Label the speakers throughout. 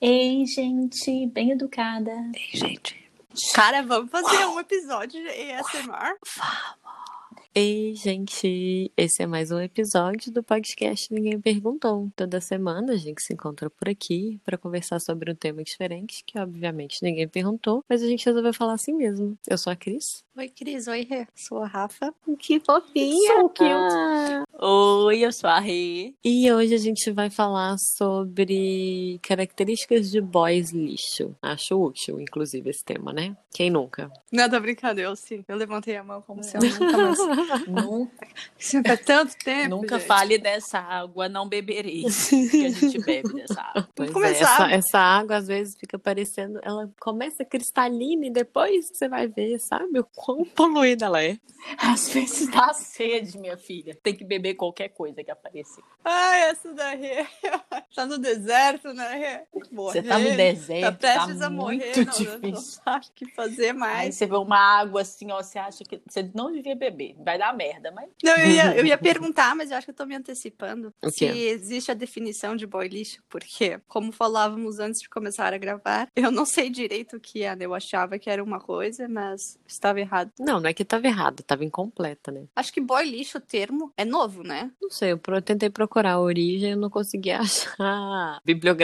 Speaker 1: Ei, gente, bem educada.
Speaker 2: Ei, gente. Cara, vamos fazer um episódio de ASMR?
Speaker 3: Ei, gente, esse é mais um episódio do podcast Ninguém Perguntou. Toda semana a gente se encontra por aqui para conversar sobre um tema diferente, que obviamente ninguém perguntou, mas a gente resolveu falar assim mesmo. Eu sou a Cris.
Speaker 2: Oi, Cris. Oi, Rê. Sou a Rafa. Que fofinha.
Speaker 1: So cute.
Speaker 2: Oi, eu sou a Rê.
Speaker 3: E hoje a gente vai falar sobre características de boys lixo. Acho útil, inclusive, esse tema, né? Quem nunca?
Speaker 2: Não, tô brincando. Eu sim. Eu levantei a mão como se eu nunca mais...
Speaker 1: Nunca,
Speaker 2: Isso tá tanto tempo,
Speaker 4: Nunca
Speaker 2: gente.
Speaker 4: fale dessa água, não bebereis. que a gente bebe dessa água.
Speaker 3: Pois é,
Speaker 2: começar.
Speaker 3: essa, essa água às vezes fica parecendo. Ela começa cristalina e depois você vai ver, sabe, o quão poluída ela é.
Speaker 4: Às vezes dá sede, minha filha. Tem que beber qualquer coisa que aparecer.
Speaker 2: Ai, essa da Rê. Tá no deserto, né, Rê?
Speaker 4: Você tá no
Speaker 2: Morrendo. Tá
Speaker 4: deserto, tá,
Speaker 2: prestes a morrer.
Speaker 4: muito
Speaker 2: não, eu não
Speaker 4: difícil.
Speaker 2: sabe o que fazer
Speaker 4: Aí
Speaker 2: mais.
Speaker 4: você vê uma água assim, ó, você acha que você não devia beber, vai dar merda, mas
Speaker 2: Não, eu ia, eu ia perguntar, mas eu acho que eu tô me antecipando.
Speaker 3: O
Speaker 2: Se
Speaker 3: quê?
Speaker 2: existe a definição de boy lixo, porque, como falávamos antes de começar a gravar, eu não sei direito o que era. Eu achava que era uma coisa, mas estava errado.
Speaker 3: Não, não é que tava errado, tava incompleta, né?
Speaker 2: Acho que boy lixo, o termo, é novo, né?
Speaker 3: Não sei, eu pro- tentei procurar a origem e não consegui achar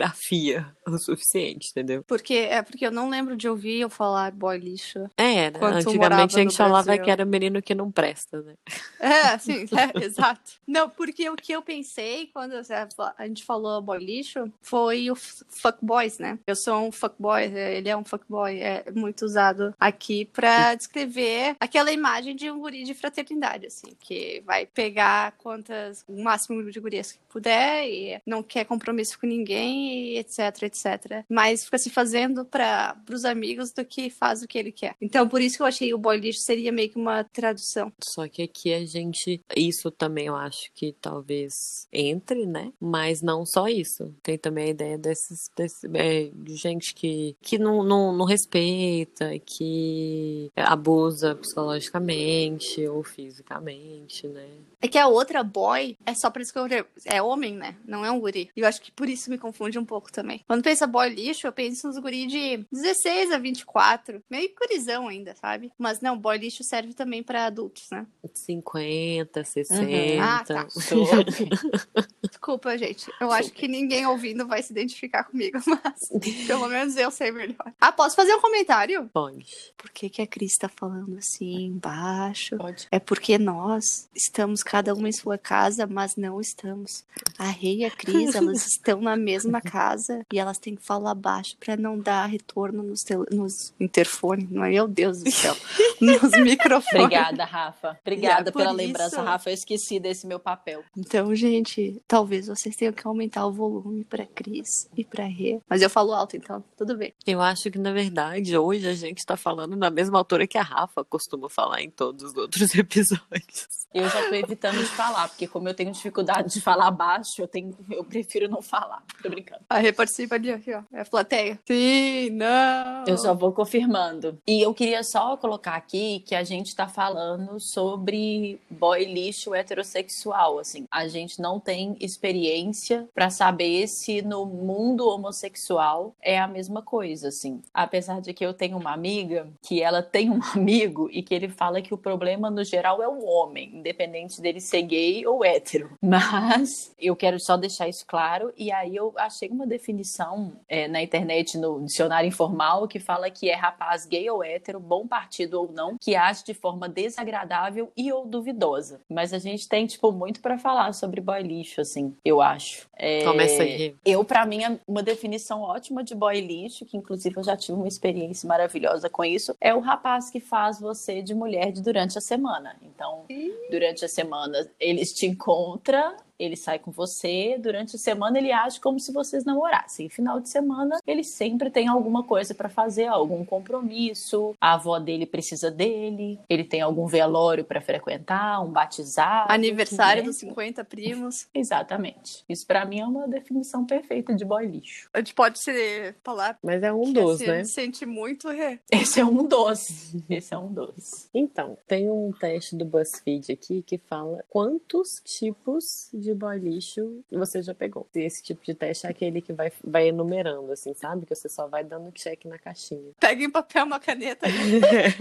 Speaker 3: bibliografia o suficiente, entendeu?
Speaker 2: Porque é porque eu não lembro de ouvir eu falar boy lixo.
Speaker 3: É, né?
Speaker 2: Quando tu morava
Speaker 3: antigamente a
Speaker 2: no
Speaker 3: gente falava
Speaker 2: Brasil.
Speaker 3: que era um menino que não presta, né?
Speaker 2: É, sim, é, exato. Não, porque o que eu pensei quando a a gente falou boy lixo foi o f- fuckboys, né? Eu sou um fuckboy, é, ele é um fuckboy, é muito usado aqui pra descrever aquela imagem de um guri de fraternidade, assim, que vai pegar quantas, o máximo de gurias que puder e não quer compromisso com ninguém e etc, etc. Mas fica se fazendo para pros amigos do que faz o que ele quer. Então, por isso que eu achei o boy lixo seria meio que uma tradução.
Speaker 3: Só que aqui a gente. Isso também eu acho que talvez entre, né? Mas não só isso. Tem também a ideia desses, desse, é, de gente que, que não, não, não respeita, que abusa psicologicamente ou fisicamente, né?
Speaker 2: É que a outra boy é só pra escolher. É homem, né? Não é um guri. E eu acho que por isso me confunde um pouco também. Quando pensa boy lixo, eu penso nos guri de 16 a 24. Meio gurizão ainda, sabe? Mas não, boy lixo serve também pra adultos, né?
Speaker 3: 50, 60.
Speaker 2: Ah, tá.
Speaker 4: sou.
Speaker 2: Desculpa, gente. Eu acho que ninguém ouvindo vai se identificar comigo, mas pelo menos eu sei melhor. Ah, posso fazer um comentário?
Speaker 3: Pode.
Speaker 2: Por que, que a Cris tá falando assim, baixo?
Speaker 4: pode.
Speaker 2: É porque nós estamos cada uma em sua casa, mas não estamos. A Rei e a Cris, elas estão na mesma casa e elas têm que falar baixo para não dar retorno nos, tele... nos interfone, não é? Meu Deus do céu. nos microfones.
Speaker 4: Obrigada, Rafa. Obrigada
Speaker 2: É, por
Speaker 4: pela lembrança,
Speaker 2: isso-
Speaker 4: Rafa. Eu esqueci desse meu papel.
Speaker 2: Então, gente, talvez vocês tenham que aumentar o volume para Cris e para Rê. Mas eu falo alto, então tudo bem.
Speaker 3: Eu acho que, na verdade, hoje a gente tá falando na mesma altura que a Rafa costuma falar em todos os outros episódios.
Speaker 4: Eu já tô evitando de falar, porque como eu tenho dificuldade de falar baixo, eu tenho, eu prefiro não falar. Tô brincando.
Speaker 2: A Rê participa ali, aqui, ó. É a plateia. Sim, não.
Speaker 4: Eu só vou confirmando. E eu queria só colocar aqui que a gente tá falando sobre boy lixo heterossexual, assim. A gente não tem experiência pra saber se no mundo homossexual é a mesma coisa, assim. Apesar de que eu tenho uma amiga que ela tem um amigo e que ele fala que o problema no geral é o homem, independente dele ser gay ou hétero. Mas eu quero só deixar isso claro e aí eu achei uma definição é, na internet, no dicionário informal, que fala que é rapaz gay ou hétero, bom partido ou não, que age de forma desagradável e ou duvidosa. Mas a gente tem, tipo, muito pra falar sobre boy lixo, assim, eu acho. É,
Speaker 3: Começa aí.
Speaker 4: Eu, pra mim, é uma definição ótima de boy lixo, que inclusive eu já tive uma experiência maravilhosa com isso, é o rapaz que faz você de mulher de- durante a semana. Então, durante a semana, eles te encontram, ele sai com você, durante a semana ele age como se vocês namorassem. Final de semana, ele sempre tem alguma coisa pra fazer, algum compromisso, a avó dele precisa dele, ele tem algum velório pra frequentar, um batizado.
Speaker 2: Aniversário
Speaker 4: né?
Speaker 2: dos 50 primos.
Speaker 4: Exatamente. Isso pra mim é uma definição perfeita de boy lixo.
Speaker 2: A gente pode se falar
Speaker 3: Mas é um
Speaker 2: Que
Speaker 3: dos,
Speaker 2: assim,
Speaker 3: né?
Speaker 2: ele sente muito, Rê.
Speaker 4: Esse é um doce. Esse é um doce.
Speaker 3: Então, tem um teste do BuzzFeed aqui que fala quantos tipos de de boy lixo você já pegou. Esse tipo de teste é aquele que vai, vai enumerando, assim, sabe? Que você só vai dando check na caixinha.
Speaker 2: Pega em papel uma caneta.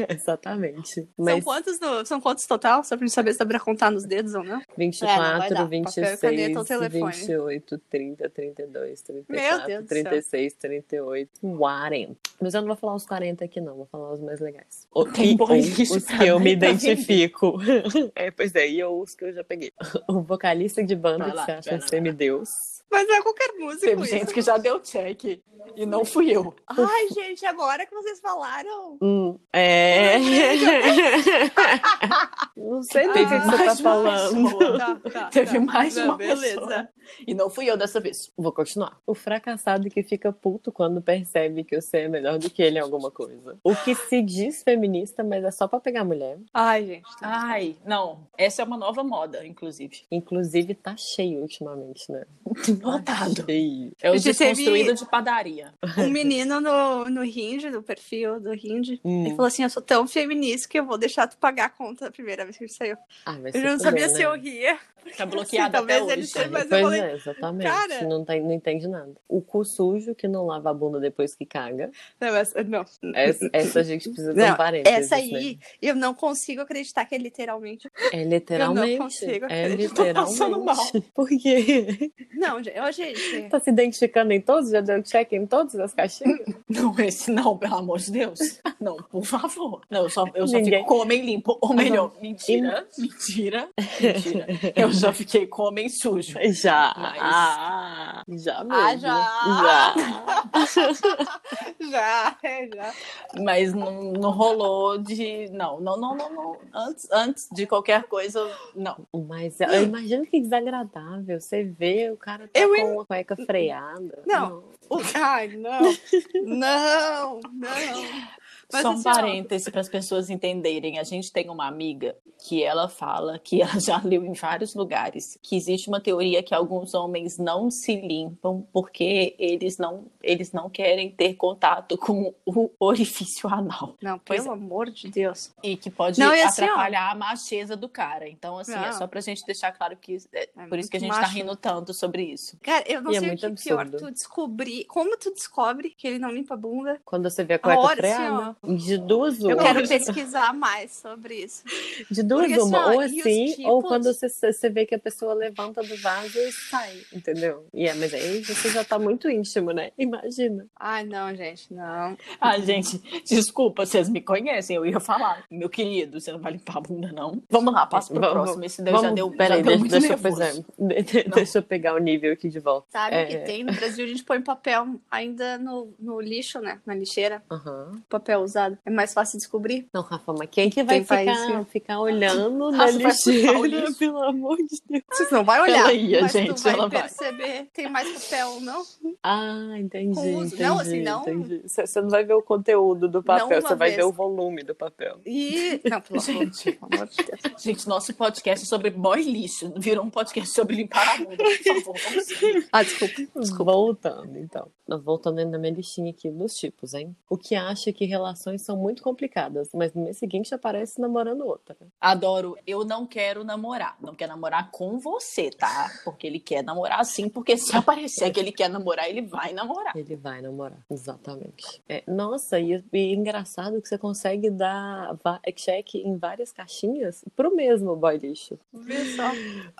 Speaker 3: Exatamente.
Speaker 2: São
Speaker 3: Mas
Speaker 2: quantos no- são quantos total? Só pra gente saber se dá pra contar nos dedos ou não. É, não vai
Speaker 3: 24,
Speaker 2: dar. Papel e
Speaker 3: 26,
Speaker 2: caneta ou telefone.
Speaker 3: 28, 30, 32,
Speaker 2: Meu Deus
Speaker 3: 34,
Speaker 2: do céu.
Speaker 3: 36, 38, 40. Mas eu não vou falar os 40 aqui, não. Vou falar os mais legais.
Speaker 4: Tem
Speaker 3: E-
Speaker 4: bom
Speaker 3: ou
Speaker 4: lixo
Speaker 3: os
Speaker 4: pra
Speaker 3: que eu me
Speaker 4: dar pra
Speaker 3: identifico. é, pois é, e ou os que eu já peguei. O vocalista de banda
Speaker 4: Vai
Speaker 3: que
Speaker 4: lá,
Speaker 3: você
Speaker 4: vai
Speaker 3: acha
Speaker 4: lá.
Speaker 3: semideus.
Speaker 2: Mas é qualquer música.
Speaker 4: Teve gente que já deu check e não fui eu.
Speaker 2: Ai, gente, agora que vocês falaram.
Speaker 3: Hum, é. não sei do que, que você tá
Speaker 4: mais uma
Speaker 3: falando.
Speaker 4: pessoa.
Speaker 2: Tá, tá,
Speaker 4: Teve
Speaker 2: tá.
Speaker 4: mais
Speaker 2: Não,
Speaker 4: uma
Speaker 2: beleza.
Speaker 4: pessoa. E não fui eu dessa vez.
Speaker 3: Vou continuar. O fracassado que fica puto quando percebe que você é melhor do que ele em alguma coisa. O que se diz feminista, mas é só pra pegar mulher.
Speaker 2: Ai, gente.
Speaker 4: Ai, não. Essa é uma nova moda, inclusive.
Speaker 3: Inclusive, tá cheio ultimamente, né? Tá
Speaker 4: Notado.
Speaker 3: Cheio.
Speaker 4: É o
Speaker 2: Gente, teve-
Speaker 4: desconstruído de padaria.
Speaker 2: Um menino no, no Hinge, no perfil do Hinge,
Speaker 3: Hum.
Speaker 2: ele falou assim: Eu sou tão feminista que eu vou deixar tu pagar a conta a primeira vez que ele saiu.
Speaker 3: Ah, vai
Speaker 2: Eu
Speaker 3: se
Speaker 2: não sabia
Speaker 3: fuder,
Speaker 2: se eu
Speaker 3: né?
Speaker 2: ria.
Speaker 4: Tá bloqueado
Speaker 2: Sim,
Speaker 4: até
Speaker 2: talvez ele
Speaker 4: hoje.
Speaker 2: seja- mas eu
Speaker 3: pois
Speaker 2: falei,
Speaker 3: é, exatamente.
Speaker 2: cara-
Speaker 3: Não, tem- não entende nada. O cu sujo que não lava a bunda depois que caga.
Speaker 2: Não, mas, não.
Speaker 3: Essa, essa gente precisa
Speaker 2: Não,
Speaker 3: dar um parênteses.
Speaker 2: Essa aí,
Speaker 3: né?
Speaker 2: eu não consigo acreditar que é literalmente.
Speaker 3: É literalmente.
Speaker 2: consigo
Speaker 3: é
Speaker 2: acreditar.
Speaker 3: literalmente.
Speaker 4: Tô passando mal.
Speaker 3: Por quê?
Speaker 2: Não, gente, eu, gente.
Speaker 3: Tá se identificando em todos? Já deu check em todas as caixinhas?
Speaker 4: Não, esse não, pelo amor de Deus. Não, por favor. Não, eu só, eu só
Speaker 3: Ninguém.
Speaker 4: fico com homem limpo. Ou melhor, Ah, mentira, mentira, mentira. Eu já fiquei com homem sujo.
Speaker 3: Já.
Speaker 4: Mas...
Speaker 3: Já mesmo.
Speaker 2: Ah, já.
Speaker 3: Já.
Speaker 2: Já, é, já.
Speaker 4: Mas não, não rolou de. Não, não, não, não, não. Antes, antes de qualquer coisa, não.
Speaker 3: Mas eu imagino que desagradável. Você vê o cara tá
Speaker 2: Eu
Speaker 3: com
Speaker 2: im-
Speaker 3: a cueca freada.
Speaker 2: Não. O- Ai, não. Não, não. Mas
Speaker 4: Só um
Speaker 2: assim, ó.
Speaker 4: parêntese para as pessoas entenderem. A gente tem uma amiga que ela fala que ela já leu em vários lugares que existe uma teoria que alguns homens não se limpam porque eles não, eles não querem ter contato com o orifício anal
Speaker 2: Não,
Speaker 4: Pois é.
Speaker 2: pelo amor de Deus.
Speaker 4: e que pode
Speaker 2: Não, e assim, ó.
Speaker 4: atrapalhar a macheza do cara. Então, assim, é
Speaker 2: Não.
Speaker 4: só pra gente deixar claro que é
Speaker 2: É
Speaker 4: por isso que a
Speaker 2: muito
Speaker 4: gente está tá
Speaker 2: macho.
Speaker 4: rindo tanto sobre isso.
Speaker 2: Cara, eu não
Speaker 3: E é
Speaker 2: sei o
Speaker 3: muito
Speaker 2: que é pior.
Speaker 3: absurdo.
Speaker 2: Tu descobrir. Como tu descobre que ele não limpa a bunda?
Speaker 3: Quando você vê a cueca
Speaker 2: hora, assim,
Speaker 3: freada. de duas
Speaker 2: Eu
Speaker 3: uma.
Speaker 2: quero pesquisar mais sobre isso.
Speaker 3: De duas
Speaker 2: Porque, assim,
Speaker 3: uma.
Speaker 2: ó,
Speaker 3: ou
Speaker 2: e os
Speaker 3: assim, ou
Speaker 2: tipos?
Speaker 3: quando você, você vê que a pessoa levanta do vaso e sai. Entendeu? E é, mas aí você já tá muito íntimo, né? Imagina.
Speaker 2: Ai, não, gente, não.
Speaker 4: Ah, gente, desculpa, vocês me conhecem, eu ia falar. Meu querido, você não vai limpar a bunda, não? Vamos lá, passa pro
Speaker 3: Vamos,
Speaker 4: próximo. Esse daí já
Speaker 3: Vamos,
Speaker 4: deu, já
Speaker 3: um peraí,
Speaker 4: deu
Speaker 3: deixa,
Speaker 4: muito
Speaker 3: deixa eu
Speaker 4: nervoso.
Speaker 3: fazer- um- de- de-
Speaker 4: Não.
Speaker 3: deixa eu pegar o nível aqui de volta.
Speaker 2: Sabe
Speaker 3: É,
Speaker 2: que
Speaker 3: é.
Speaker 2: tem? No Brasil a gente põe papel ainda no, no lixo, né? Na lixeira,
Speaker 3: Aham.
Speaker 2: papel usado. É mais fácil descobrir.
Speaker 3: Não, Rafa, mas quem que vai
Speaker 2: Quem faz
Speaker 3: ficar, ficar olhando na
Speaker 4: Rafa vai ficar
Speaker 3: lixeira,
Speaker 4: olhando.
Speaker 3: pelo amor de Deus?
Speaker 2: Vocês não vai olhar.
Speaker 4: Ela ia,
Speaker 2: mas
Speaker 4: gente,
Speaker 2: tu vai
Speaker 4: ela vai.
Speaker 2: perceber. Tem mais papel, não?
Speaker 3: Ah, entendi,
Speaker 2: Com uso.
Speaker 3: entendi,
Speaker 2: Não, assim, não-
Speaker 3: entendi. Você você não vai ver o conteúdo do papel,
Speaker 2: uma
Speaker 3: você vai
Speaker 2: vez.
Speaker 3: ver o volume do papel.
Speaker 2: E. Não, pelo amor,
Speaker 4: Gente.
Speaker 2: pelo amor de Deus.
Speaker 4: Gente, nosso podcast é sobre boy lixo. Virou um podcast sobre limpar a bunda, por favor. vamos seguir.
Speaker 2: Ah, desculpa.
Speaker 3: Voltando, então. Voltando na minha listinha aqui dos tipos, hein? O que acha que relações são muito complicadas, mas no mês seguinte aparece namorando outra.
Speaker 4: Adoro, eu não quero namorar. Não quero namorar com você, tá? Porque ele quer namorar sim, porque se aparecer que ele quer namorar, ele vai namorar.
Speaker 3: Ele vai namorar, exatamente. É, nossa, e, e engraçado que você consegue dar va- check em várias caixinhas pro mesmo boy lixo.
Speaker 2: Viu só?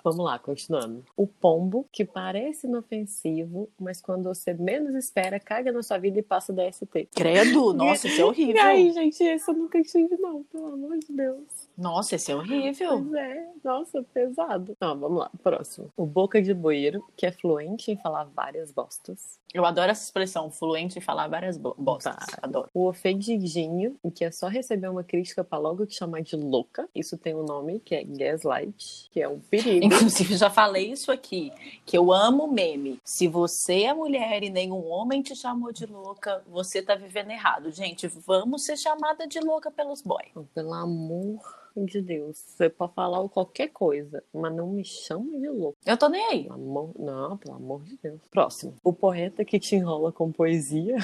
Speaker 3: Vamos lá, continuando. O pombo, que parece inofensivo, mas quando você menos espera, caga na sua vida e passa da ST.
Speaker 4: Credo, nossa, isso é
Speaker 3: E
Speaker 4: horrível.
Speaker 3: aí, gente, esse eu nunca tive, não, pelo amor de Deus.
Speaker 4: Nossa, isso é horrível.
Speaker 3: Pois é, nossa, pesado. Não, vamos lá, próximo. O boca de bueiro, que é fluente em falar várias bostas.
Speaker 4: Eu adoro essa expressão, fluente e falar várias bo- bostas.
Speaker 3: Tá.
Speaker 4: Adoro.
Speaker 3: O ofendidinho, que é só receber uma crítica pra logo te chamar de louca. Isso tem um nome, que é gaslight, que é um perigo.
Speaker 4: Inclusive, já falei isso aqui, que eu amo meme. Se você é mulher e nenhum homem te chamou de louca, você tá vivendo errado. Gente, vamos ser chamada de louca pelos boys.
Speaker 3: Então, Pelo amor de Deus, você pode falar qualquer coisa, mas não me chama de louco.
Speaker 4: Eu tô nem aí.
Speaker 3: Pelo amor- Não, pelo amor de Deus. Próximo. O poeta que te enrola com poesia.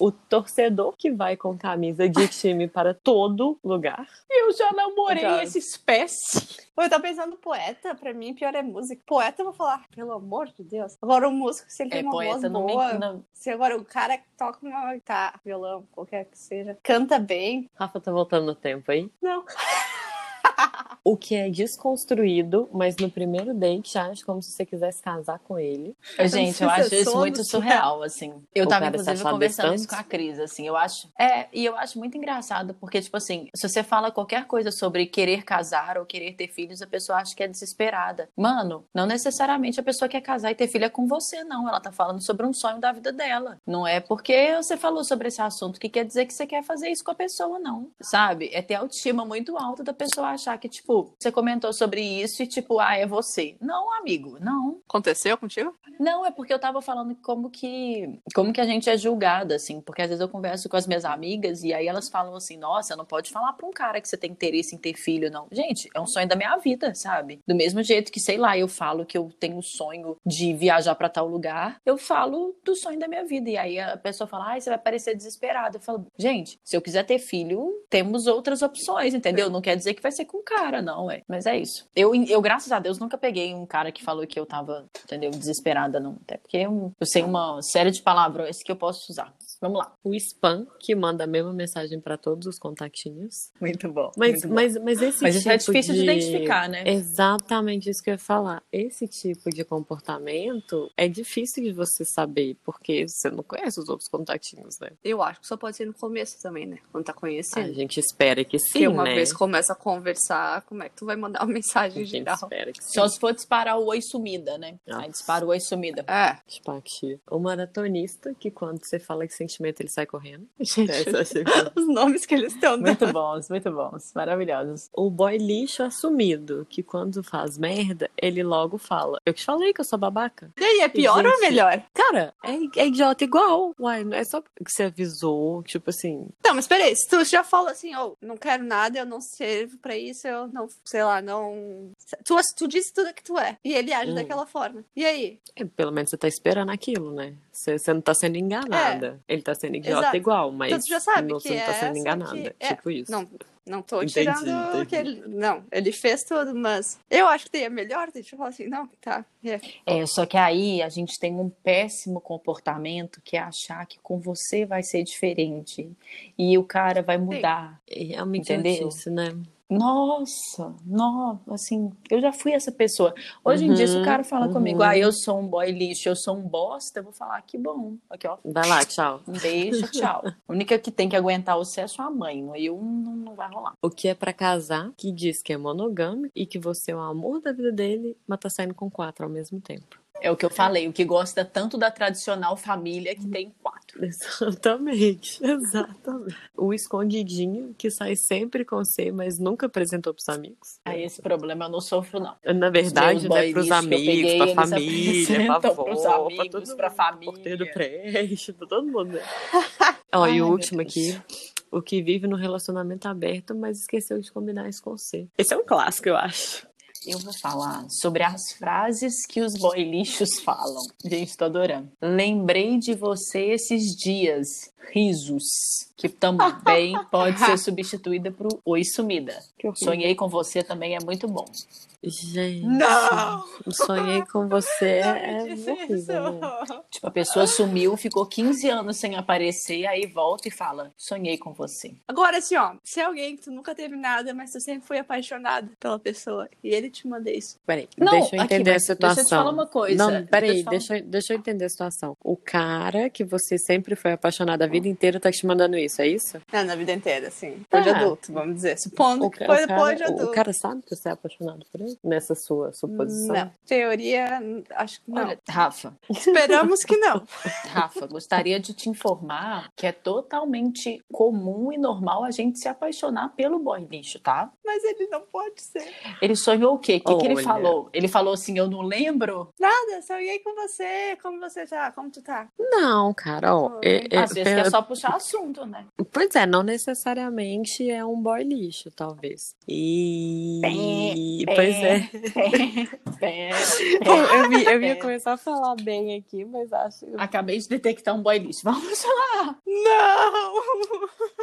Speaker 3: O torcedor que vai com camisa de time para todo lugar.
Speaker 2: Eu já namorei
Speaker 3: Já.
Speaker 2: essa espécie. Eu tava pensando poeta, pra mim pior é música. Poeta eu vou falar, pelo amor de Deus. Agora o músico, se ele
Speaker 4: É
Speaker 2: tem uma
Speaker 4: poeta,
Speaker 2: voz
Speaker 4: não me.
Speaker 2: boa,
Speaker 4: não-
Speaker 2: se agora o cara que toca uma guitarra, violão, qualquer que seja, canta bem,
Speaker 3: Rafa tá voltando no tempo aí?
Speaker 2: Não.
Speaker 3: O que é desconstruído, mas no primeiro date já acha como se você quisesse casar com ele.
Speaker 4: Gente,
Speaker 2: sei
Speaker 4: eu
Speaker 2: se
Speaker 4: acho
Speaker 2: é
Speaker 4: isso
Speaker 2: sono,
Speaker 4: muito
Speaker 2: se é-
Speaker 4: surreal, assim. Eu
Speaker 3: O
Speaker 4: tava,
Speaker 3: cara se
Speaker 4: inclusive,
Speaker 3: achar
Speaker 4: conversando isso com
Speaker 3: bastante.
Speaker 4: a Cris, assim, eu acho. É, e eu acho muito engraçado, porque, tipo assim, se você fala qualquer coisa sobre querer casar ou querer ter filhos, a pessoa acha que é desesperada. Mano, não necessariamente a pessoa quer casar e ter filha com você, não. Ela tá falando sobre um sonho da vida dela. Não é porque você falou sobre esse assunto que quer dizer que você quer fazer isso com a pessoa, não. Sabe? É ter autoestima muito alta da pessoa achar que, tipo, você comentou sobre isso e, tipo, ah, é você. Não, amigo, não.
Speaker 2: Aconteceu contigo?
Speaker 4: Não, é porque eu tava falando como que como que a gente é julgada, assim, porque às vezes eu converso com as minhas amigas e aí elas falam assim, nossa, não pode falar pra um cara que você tem interesse em ter filho, não. Gente, é um sonho da minha vida, sabe? Do mesmo jeito que, sei lá, eu falo que eu tenho o sonho de viajar pra tal lugar, eu falo do sonho da minha vida. E aí a pessoa fala, ai, você vai parecer desesperada. Eu falo, gente, se eu quiser ter filho, temos outras opções, entendeu? Não quer dizer que vai ser com cara, não, é. Mas é isso. Eu, eu, graças a Deus, nunca peguei um cara que falou que eu tava, entendeu, desesperada, não. Até porque é um, eu, eu sei uma série de palavrões que eu posso usar. Vamos lá.
Speaker 3: O spam, que manda a mesma mensagem para todos os contatinhos.
Speaker 4: Muito bom.
Speaker 3: Mas, mas, mas esse
Speaker 4: mas isso
Speaker 3: tipo
Speaker 4: é difícil de...
Speaker 3: de
Speaker 4: identificar, né?
Speaker 3: Exatamente isso que eu ia falar. Esse tipo de comportamento é difícil de você saber, porque você não conhece os outros contatinhos, né?
Speaker 2: Eu acho que só pode ser no começo também, né? Quando tá
Speaker 3: A
Speaker 2: conhecendo.
Speaker 3: gente espera que sim,
Speaker 2: Porque uma
Speaker 3: né?
Speaker 2: vez começa a conversar, como é que tu vai mandar uma
Speaker 3: A
Speaker 2: mensagem
Speaker 3: gente
Speaker 2: geral?
Speaker 3: espera que sim.
Speaker 4: Só se for disparar o oi sumida, né? Aí dispara o oi sumida.
Speaker 2: É,
Speaker 3: Tipo, aqui. O maratonista, que quando você fala que sentimento, ele sai correndo. Gente,
Speaker 2: os nomes que eles estão dando.
Speaker 4: Muito bons, muito bons. Maravilhosos.
Speaker 3: O boy lixo assumido, que quando faz merda, ele logo fala. Eu te falei que eu sou babaca.
Speaker 2: E aí, é pior ou
Speaker 3: Gente.
Speaker 2: melhor?
Speaker 3: Cara, é, é idiota igual. Uai, não é só que você avisou, tipo assim.
Speaker 2: Não, mas peraí, se tu já fala assim, ó, não quero nada, eu não sirvo pra isso, eu não, sei lá, não. Tu, tu disse tudo que tu é. E ele age
Speaker 3: Hum.
Speaker 2: daquela forma. E aí?
Speaker 3: é, pelo menos você tá esperando aquilo, né? Você, você não tá sendo enganada. Ele tá sendo idiota
Speaker 2: É. Exato.
Speaker 3: igual, mas
Speaker 2: Então, tu já sabe
Speaker 3: não,
Speaker 2: que
Speaker 3: você não tá
Speaker 2: é,
Speaker 3: sendo
Speaker 2: só
Speaker 3: enganada.
Speaker 2: que é.
Speaker 3: Tipo isso.
Speaker 2: Não, não tô
Speaker 3: Entendi,
Speaker 2: tirando
Speaker 3: entendi.
Speaker 2: o que ele. Não, ele fez tudo, mas eu acho que tem é melhor, deixa eu falar assim, não, tá. é.
Speaker 4: É, só que aí a gente tem um péssimo comportamento que é achar que com você vai ser diferente e o cara vai mudar.
Speaker 3: É uma
Speaker 4: Entendeu?
Speaker 3: idiotice, né?
Speaker 4: Nossa, nossa, assim, eu já fui essa pessoa. Hoje em dia, se o
Speaker 3: Uhum,
Speaker 4: cara fala
Speaker 3: uhum.
Speaker 4: comigo, ah, eu sou um boy lixo, eu sou um bosta, eu vou falar, que bom. Aqui, ó,
Speaker 3: Vai lá, tchau.
Speaker 4: um beijo, tchau. A única que tem que aguentar o sucesso é a mãe, eu não, não vai rolar.
Speaker 3: O que é pra casar, que diz que é monogâmico e que você é o amor da vida dele, mas tá saindo com quatro ao mesmo tempo.
Speaker 4: É o que eu falei, o que gosta tanto da tradicional família
Speaker 3: Uhum.
Speaker 4: que tem quatro.
Speaker 3: Exatamente, exatamente. O escondidinho que sai sempre com você, mas nunca apresentou pros amigos. É,
Speaker 4: Aí É esse problema eu não sofro, não.
Speaker 3: Na verdade,
Speaker 4: meus
Speaker 3: né,
Speaker 4: boy lixo
Speaker 3: pros
Speaker 4: que eu
Speaker 3: amigos,
Speaker 4: peguei,
Speaker 3: pra
Speaker 4: eles
Speaker 3: família, pra
Speaker 4: apresentam
Speaker 3: avó,
Speaker 4: pros
Speaker 3: pra
Speaker 4: amigos,
Speaker 3: todo mundo,
Speaker 4: pra família.
Speaker 3: porteiro do prédio, pra todo mundo, né? Ó,
Speaker 4: Ai,
Speaker 3: e o
Speaker 4: meu
Speaker 3: último
Speaker 4: Deus.
Speaker 3: aqui, o que vive no relacionamento aberto, mas esqueceu de combinar isso com você. Esse é um clássico, eu acho.
Speaker 4: Eu vou falar sobre as frases que os boy lixos falam. Gente, tô adorando. Lembrei de você esses dias. Risos. Que também pode ser substituída por oi sumida. Sonhei com você também é muito bom.
Speaker 3: Gente,
Speaker 2: Não!
Speaker 3: sonhei com você
Speaker 2: Não
Speaker 3: é
Speaker 2: me disse
Speaker 3: horrível, né?
Speaker 2: isso.
Speaker 4: Tipo, a pessoa sumiu, ficou 15 anos sem aparecer, aí volta e fala: Sonhei com você.
Speaker 2: Agora, assim, ó, se é alguém que tu nunca teve nada, mas tu sempre foi apaixonada pela pessoa, e ele te manda isso.
Speaker 3: Peraí,
Speaker 4: Não,
Speaker 3: deixa eu
Speaker 4: aqui,
Speaker 3: entender
Speaker 4: mas
Speaker 3: a situação.
Speaker 4: Deixa eu te falar uma coisa.
Speaker 3: Não, peraí,
Speaker 4: é, eu te falar-
Speaker 3: deixa, eu- deixa eu entender a situação. O cara que você sempre foi apaixonado a vida inteira tá te mandando isso, é isso?
Speaker 2: Não, na vida inteira, assim.
Speaker 3: Tá.
Speaker 2: Depois de adulto, vamos dizer. Supondo
Speaker 3: O,
Speaker 2: Hum, que
Speaker 3: ca-
Speaker 2: foi
Speaker 3: o
Speaker 2: depois de
Speaker 3: cara, o-
Speaker 2: adulto.
Speaker 3: o cara sabe que você é apaixonado por ele? Nessa sua suposição?
Speaker 2: Não, teoria, n- acho que não.
Speaker 4: Olha, Rafa,
Speaker 2: Esperamos que não.
Speaker 4: Rafa, gostaria de te informar que é totalmente comum e normal a gente se apaixonar pelo boy lixo, tá?
Speaker 2: Mas ele não pode ser.
Speaker 4: Ele sonhou o quê? O que, que ele
Speaker 3: Olha.
Speaker 4: falou? Ele falou assim, eu não lembro?
Speaker 2: Nada, sonhei com você. Como você tá? Como tu tá?
Speaker 3: Não, cara, ó.
Speaker 2: Hum,
Speaker 3: é- é-
Speaker 4: Às vezes é só puxar assunto, né?
Speaker 3: Pois é, não necessariamente é um boy lixo, talvez. E.
Speaker 4: Pé,
Speaker 3: pois é.
Speaker 4: É,
Speaker 3: Eu, eu, ia- eu ia começar a falar bem aqui, mas acho.
Speaker 4: acabei de detectar um boy lixo. Vamos lá.
Speaker 2: Não!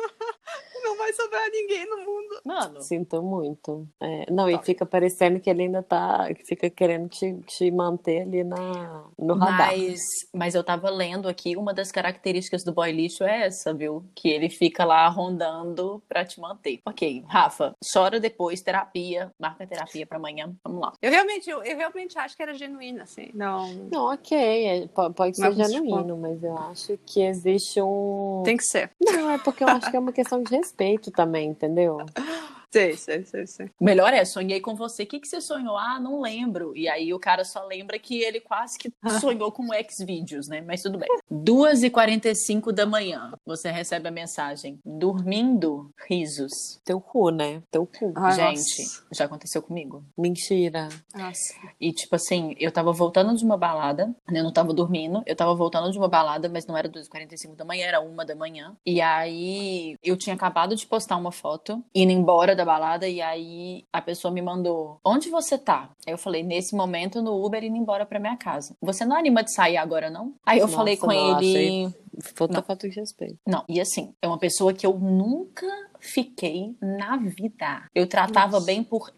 Speaker 2: Não vai sobrar ninguém no mundo.
Speaker 4: Mano,
Speaker 3: Sinto muito. É, não, e fica parecendo que ele ainda tá. que Fica querendo te, te manter ali na, no radar.
Speaker 4: Mas, mas eu tava lendo aqui, uma das características do boy lixo é essa, viu? Que ele fica lá rondando pra te manter. Ok, Rafa, chora depois, terapia, marca terapia pra amanhã. Vamos lá.
Speaker 2: Eu realmente, eu, eu realmente acho que era genuína, assim. Não.
Speaker 3: Não, ok, é, po- pode ser
Speaker 2: Mas, tipo,
Speaker 3: genuíno, mas eu acho que existe um.
Speaker 2: Tem que ser.
Speaker 3: Não, é porque eu acho que é uma questão de respeito também, entendeu?
Speaker 2: Sei, sei, sei, sei.
Speaker 4: O Melhor é, sonhei com você. O que, que você sonhou? Ah, não lembro. E aí o cara só lembra que ele quase que
Speaker 2: Ah.
Speaker 4: sonhou com ex-vídeos, né? Mas tudo bem. 2h45 da manhã, você recebe a mensagem. Dormindo, risos.
Speaker 3: Teu cu, né? Teu cu.
Speaker 2: Ai,
Speaker 4: Gente,
Speaker 2: nossa.
Speaker 4: já aconteceu comigo.
Speaker 3: Mentira.
Speaker 2: Nossa.
Speaker 4: E, tipo assim, eu tava voltando de uma balada, né? Eu não tava dormindo, eu tava voltando de uma balada, mas não era 2h45 da manhã, era 1 da manhã. E aí eu tinha acabado de postar uma foto, indo embora da balada, e aí a pessoa me mandou: Onde você tá? Aí eu falei: Nesse momento no Uber, indo embora pra minha casa. Você não anima de sair agora, não? Aí eu
Speaker 3: Nossa,
Speaker 4: falei com
Speaker 3: não,
Speaker 4: ele.
Speaker 3: achei Falta
Speaker 4: Não.
Speaker 3: falta de respeito.
Speaker 4: Não, e assim, é uma pessoa que eu nunca fiquei na vida. Eu tratava
Speaker 2: Nossa.
Speaker 4: bem por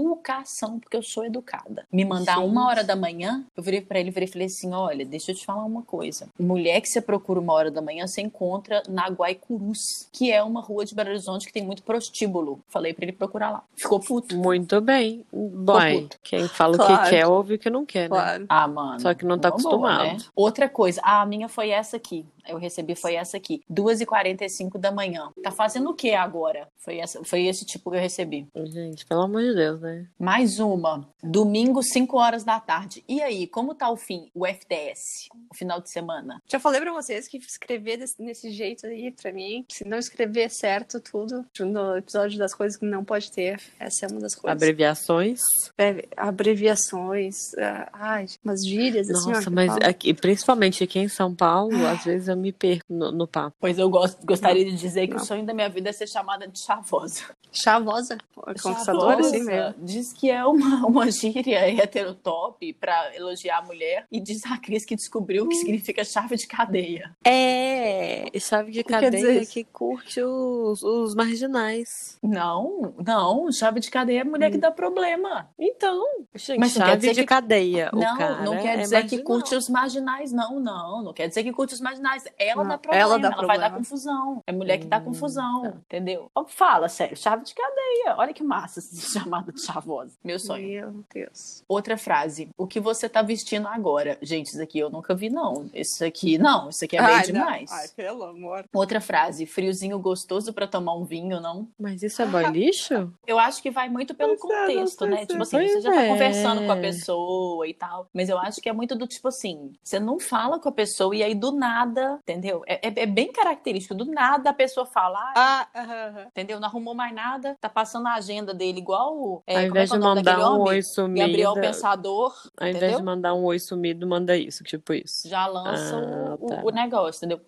Speaker 4: educação, porque eu sou educada. Me mandar
Speaker 3: Gente.
Speaker 4: uma hora da manhã, eu virei pra ele virei e falei assim: olha, deixa eu te falar uma coisa. Mulher que você procura uma hora da manhã, você encontra na Guaicurus, que é uma rua de Belo Horizonte que tem muito prostíbulo. Falei pra ele procurar lá. Ficou puto.
Speaker 3: Muito bem. Boy,
Speaker 4: puto.
Speaker 3: quem fala o
Speaker 2: Claro.
Speaker 3: que quer, ouve o que não quer, né?
Speaker 2: Claro.
Speaker 4: Ah, mano.
Speaker 3: Só que não tá
Speaker 4: uma boa, né?
Speaker 3: acostumado.
Speaker 4: Outra coisa, ah, a minha foi essa aqui. Eu recebi foi essa aqui. 2h45 da manhã. Tá fazendo o que agora? Foi, essa, foi esse tipo que eu recebi.
Speaker 3: Gente, pelo amor de Deus, né?
Speaker 4: Mais uma. Domingo, 5 horas da tarde. E aí, como tá o fim? O FTS? O final de semana?
Speaker 2: Já falei pra vocês que escrever desse, nesse jeito aí, pra mim, se não escrever certo tudo, no episódio das coisas que não pode ter, essa é uma das coisas.
Speaker 3: Abreviações.
Speaker 2: É, abreviações, ah, ai, umas gírias, assim, ó,
Speaker 3: Nossa,
Speaker 2: que
Speaker 3: mas
Speaker 2: fala.
Speaker 3: aqui, principalmente aqui em São Paulo, às vezes eu me perco no, no papo.
Speaker 4: Pois eu gosto, gostaria de dizer que
Speaker 2: Não.
Speaker 4: o sonho da minha vida é ser chamada de chavosa.
Speaker 2: Chavosa. Conquistadora, assim mesmo.
Speaker 4: é Chavosa. Diz que é uma, uma gíria heterotop pra elogiar a mulher. E diz a Cris que descobriu o que significa chave de cadeia.
Speaker 2: É.
Speaker 3: E chave de
Speaker 2: quer dizer
Speaker 3: cadeia
Speaker 2: isso?
Speaker 3: que curte os, os marginais.
Speaker 4: Não, não, chave de cadeia é mulher que dá problema.
Speaker 3: Então, gente,
Speaker 4: Mas não quer
Speaker 3: chave
Speaker 4: dizer
Speaker 3: de
Speaker 4: que-
Speaker 3: cadeia. o
Speaker 4: não,
Speaker 3: cara
Speaker 4: não quer
Speaker 3: é
Speaker 4: dizer que
Speaker 3: marginal.
Speaker 4: curte os marginais, não, não. Não quer dizer que curte os marginais. Ela
Speaker 2: Não,
Speaker 4: dá problema,
Speaker 2: ela
Speaker 4: ela,
Speaker 2: dá
Speaker 4: vai
Speaker 2: problema.
Speaker 4: dar confusão. É mulher que dá
Speaker 3: Hum,
Speaker 4: confusão, entendeu? Ó, Fala, sério, chave de cadeia. Olha que massa esse chamado de chavosa. Meu sonho.
Speaker 2: Meu Deus.
Speaker 4: Outra frase. O que você tá vestindo agora? Gente, isso aqui eu nunca vi, não. Isso aqui, não. Isso aqui é bem
Speaker 2: Ai, não.
Speaker 4: demais.
Speaker 2: Ai, pelo amor.
Speaker 4: Outra frase. Friozinho gostoso pra tomar um vinho, não?
Speaker 3: Mas isso é boy lixo?
Speaker 4: Eu acho que vai muito pelo
Speaker 2: Pois é, não
Speaker 4: contexto,
Speaker 2: sei
Speaker 4: né?
Speaker 2: se-
Speaker 4: Tipo assim,
Speaker 3: Pois
Speaker 4: você já tá
Speaker 3: é.
Speaker 4: conversando com a pessoa e tal. Mas eu acho que é muito do tipo assim, você não fala com a pessoa e aí do nada, entendeu? É, é- é bem característico. Do nada a pessoa fala, ah,
Speaker 2: Ah, aham, aham.
Speaker 4: entendeu? Não arrumou mais nada, tá passando a agenda dele igual. o- É,
Speaker 3: ao
Speaker 4: como é
Speaker 3: invés
Speaker 4: que é
Speaker 3: de
Speaker 4: o nome
Speaker 3: mandar
Speaker 4: daquele
Speaker 3: um
Speaker 4: homem?
Speaker 3: oi sumido,
Speaker 4: Gabriel Pensador,
Speaker 3: ao invés
Speaker 4: entendeu?
Speaker 3: de mandar um oi sumido, manda isso, tipo isso.
Speaker 4: Já lança
Speaker 3: Ah,
Speaker 4: o, o-
Speaker 3: tá.
Speaker 4: o negócio, entendeu?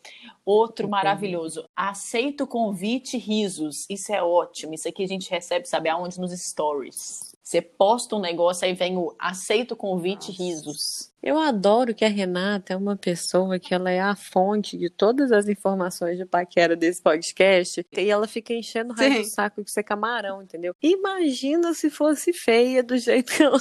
Speaker 4: Outro
Speaker 3: Entendi.
Speaker 4: maravilhoso. Aceito o convite, risos. Isso é ótimo. Isso aqui a gente recebe, sabe aonde? Nos stories. Você posta um negócio, aí vem o aceito o convite,
Speaker 3: Nossa.
Speaker 4: risos.
Speaker 3: Eu adoro que a Renata é uma pessoa que ela é a fonte de todas as informações de paquera desse podcast e ela fica enchendo o raio
Speaker 2: Sim.
Speaker 3: do saco de ser camarão, entendeu? Imagina se fosse feia do jeito que ela...